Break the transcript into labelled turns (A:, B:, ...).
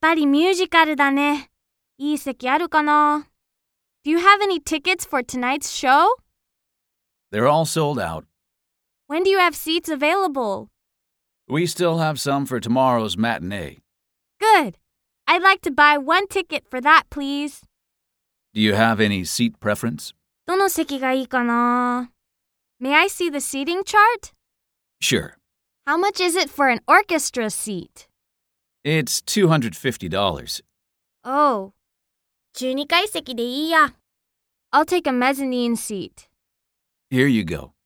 A: ぱりミュージカルだね。いい席あるかな ?Do you have any tickets for tonight's show?
B: They're all sold out.
A: When do you have seats available?
B: We still have some for tomorrow's matinee.
A: Good. I'd like to buy one ticket for that, please.
B: Do you have any seat preference?
A: どの席がいいかな May I see the seating chart?
B: Sure.
A: How much is it for an orchestra seat?
B: It's $250.
A: Oh. 12階席でいいや。I'll take a mezzanine seat.
B: Here you go.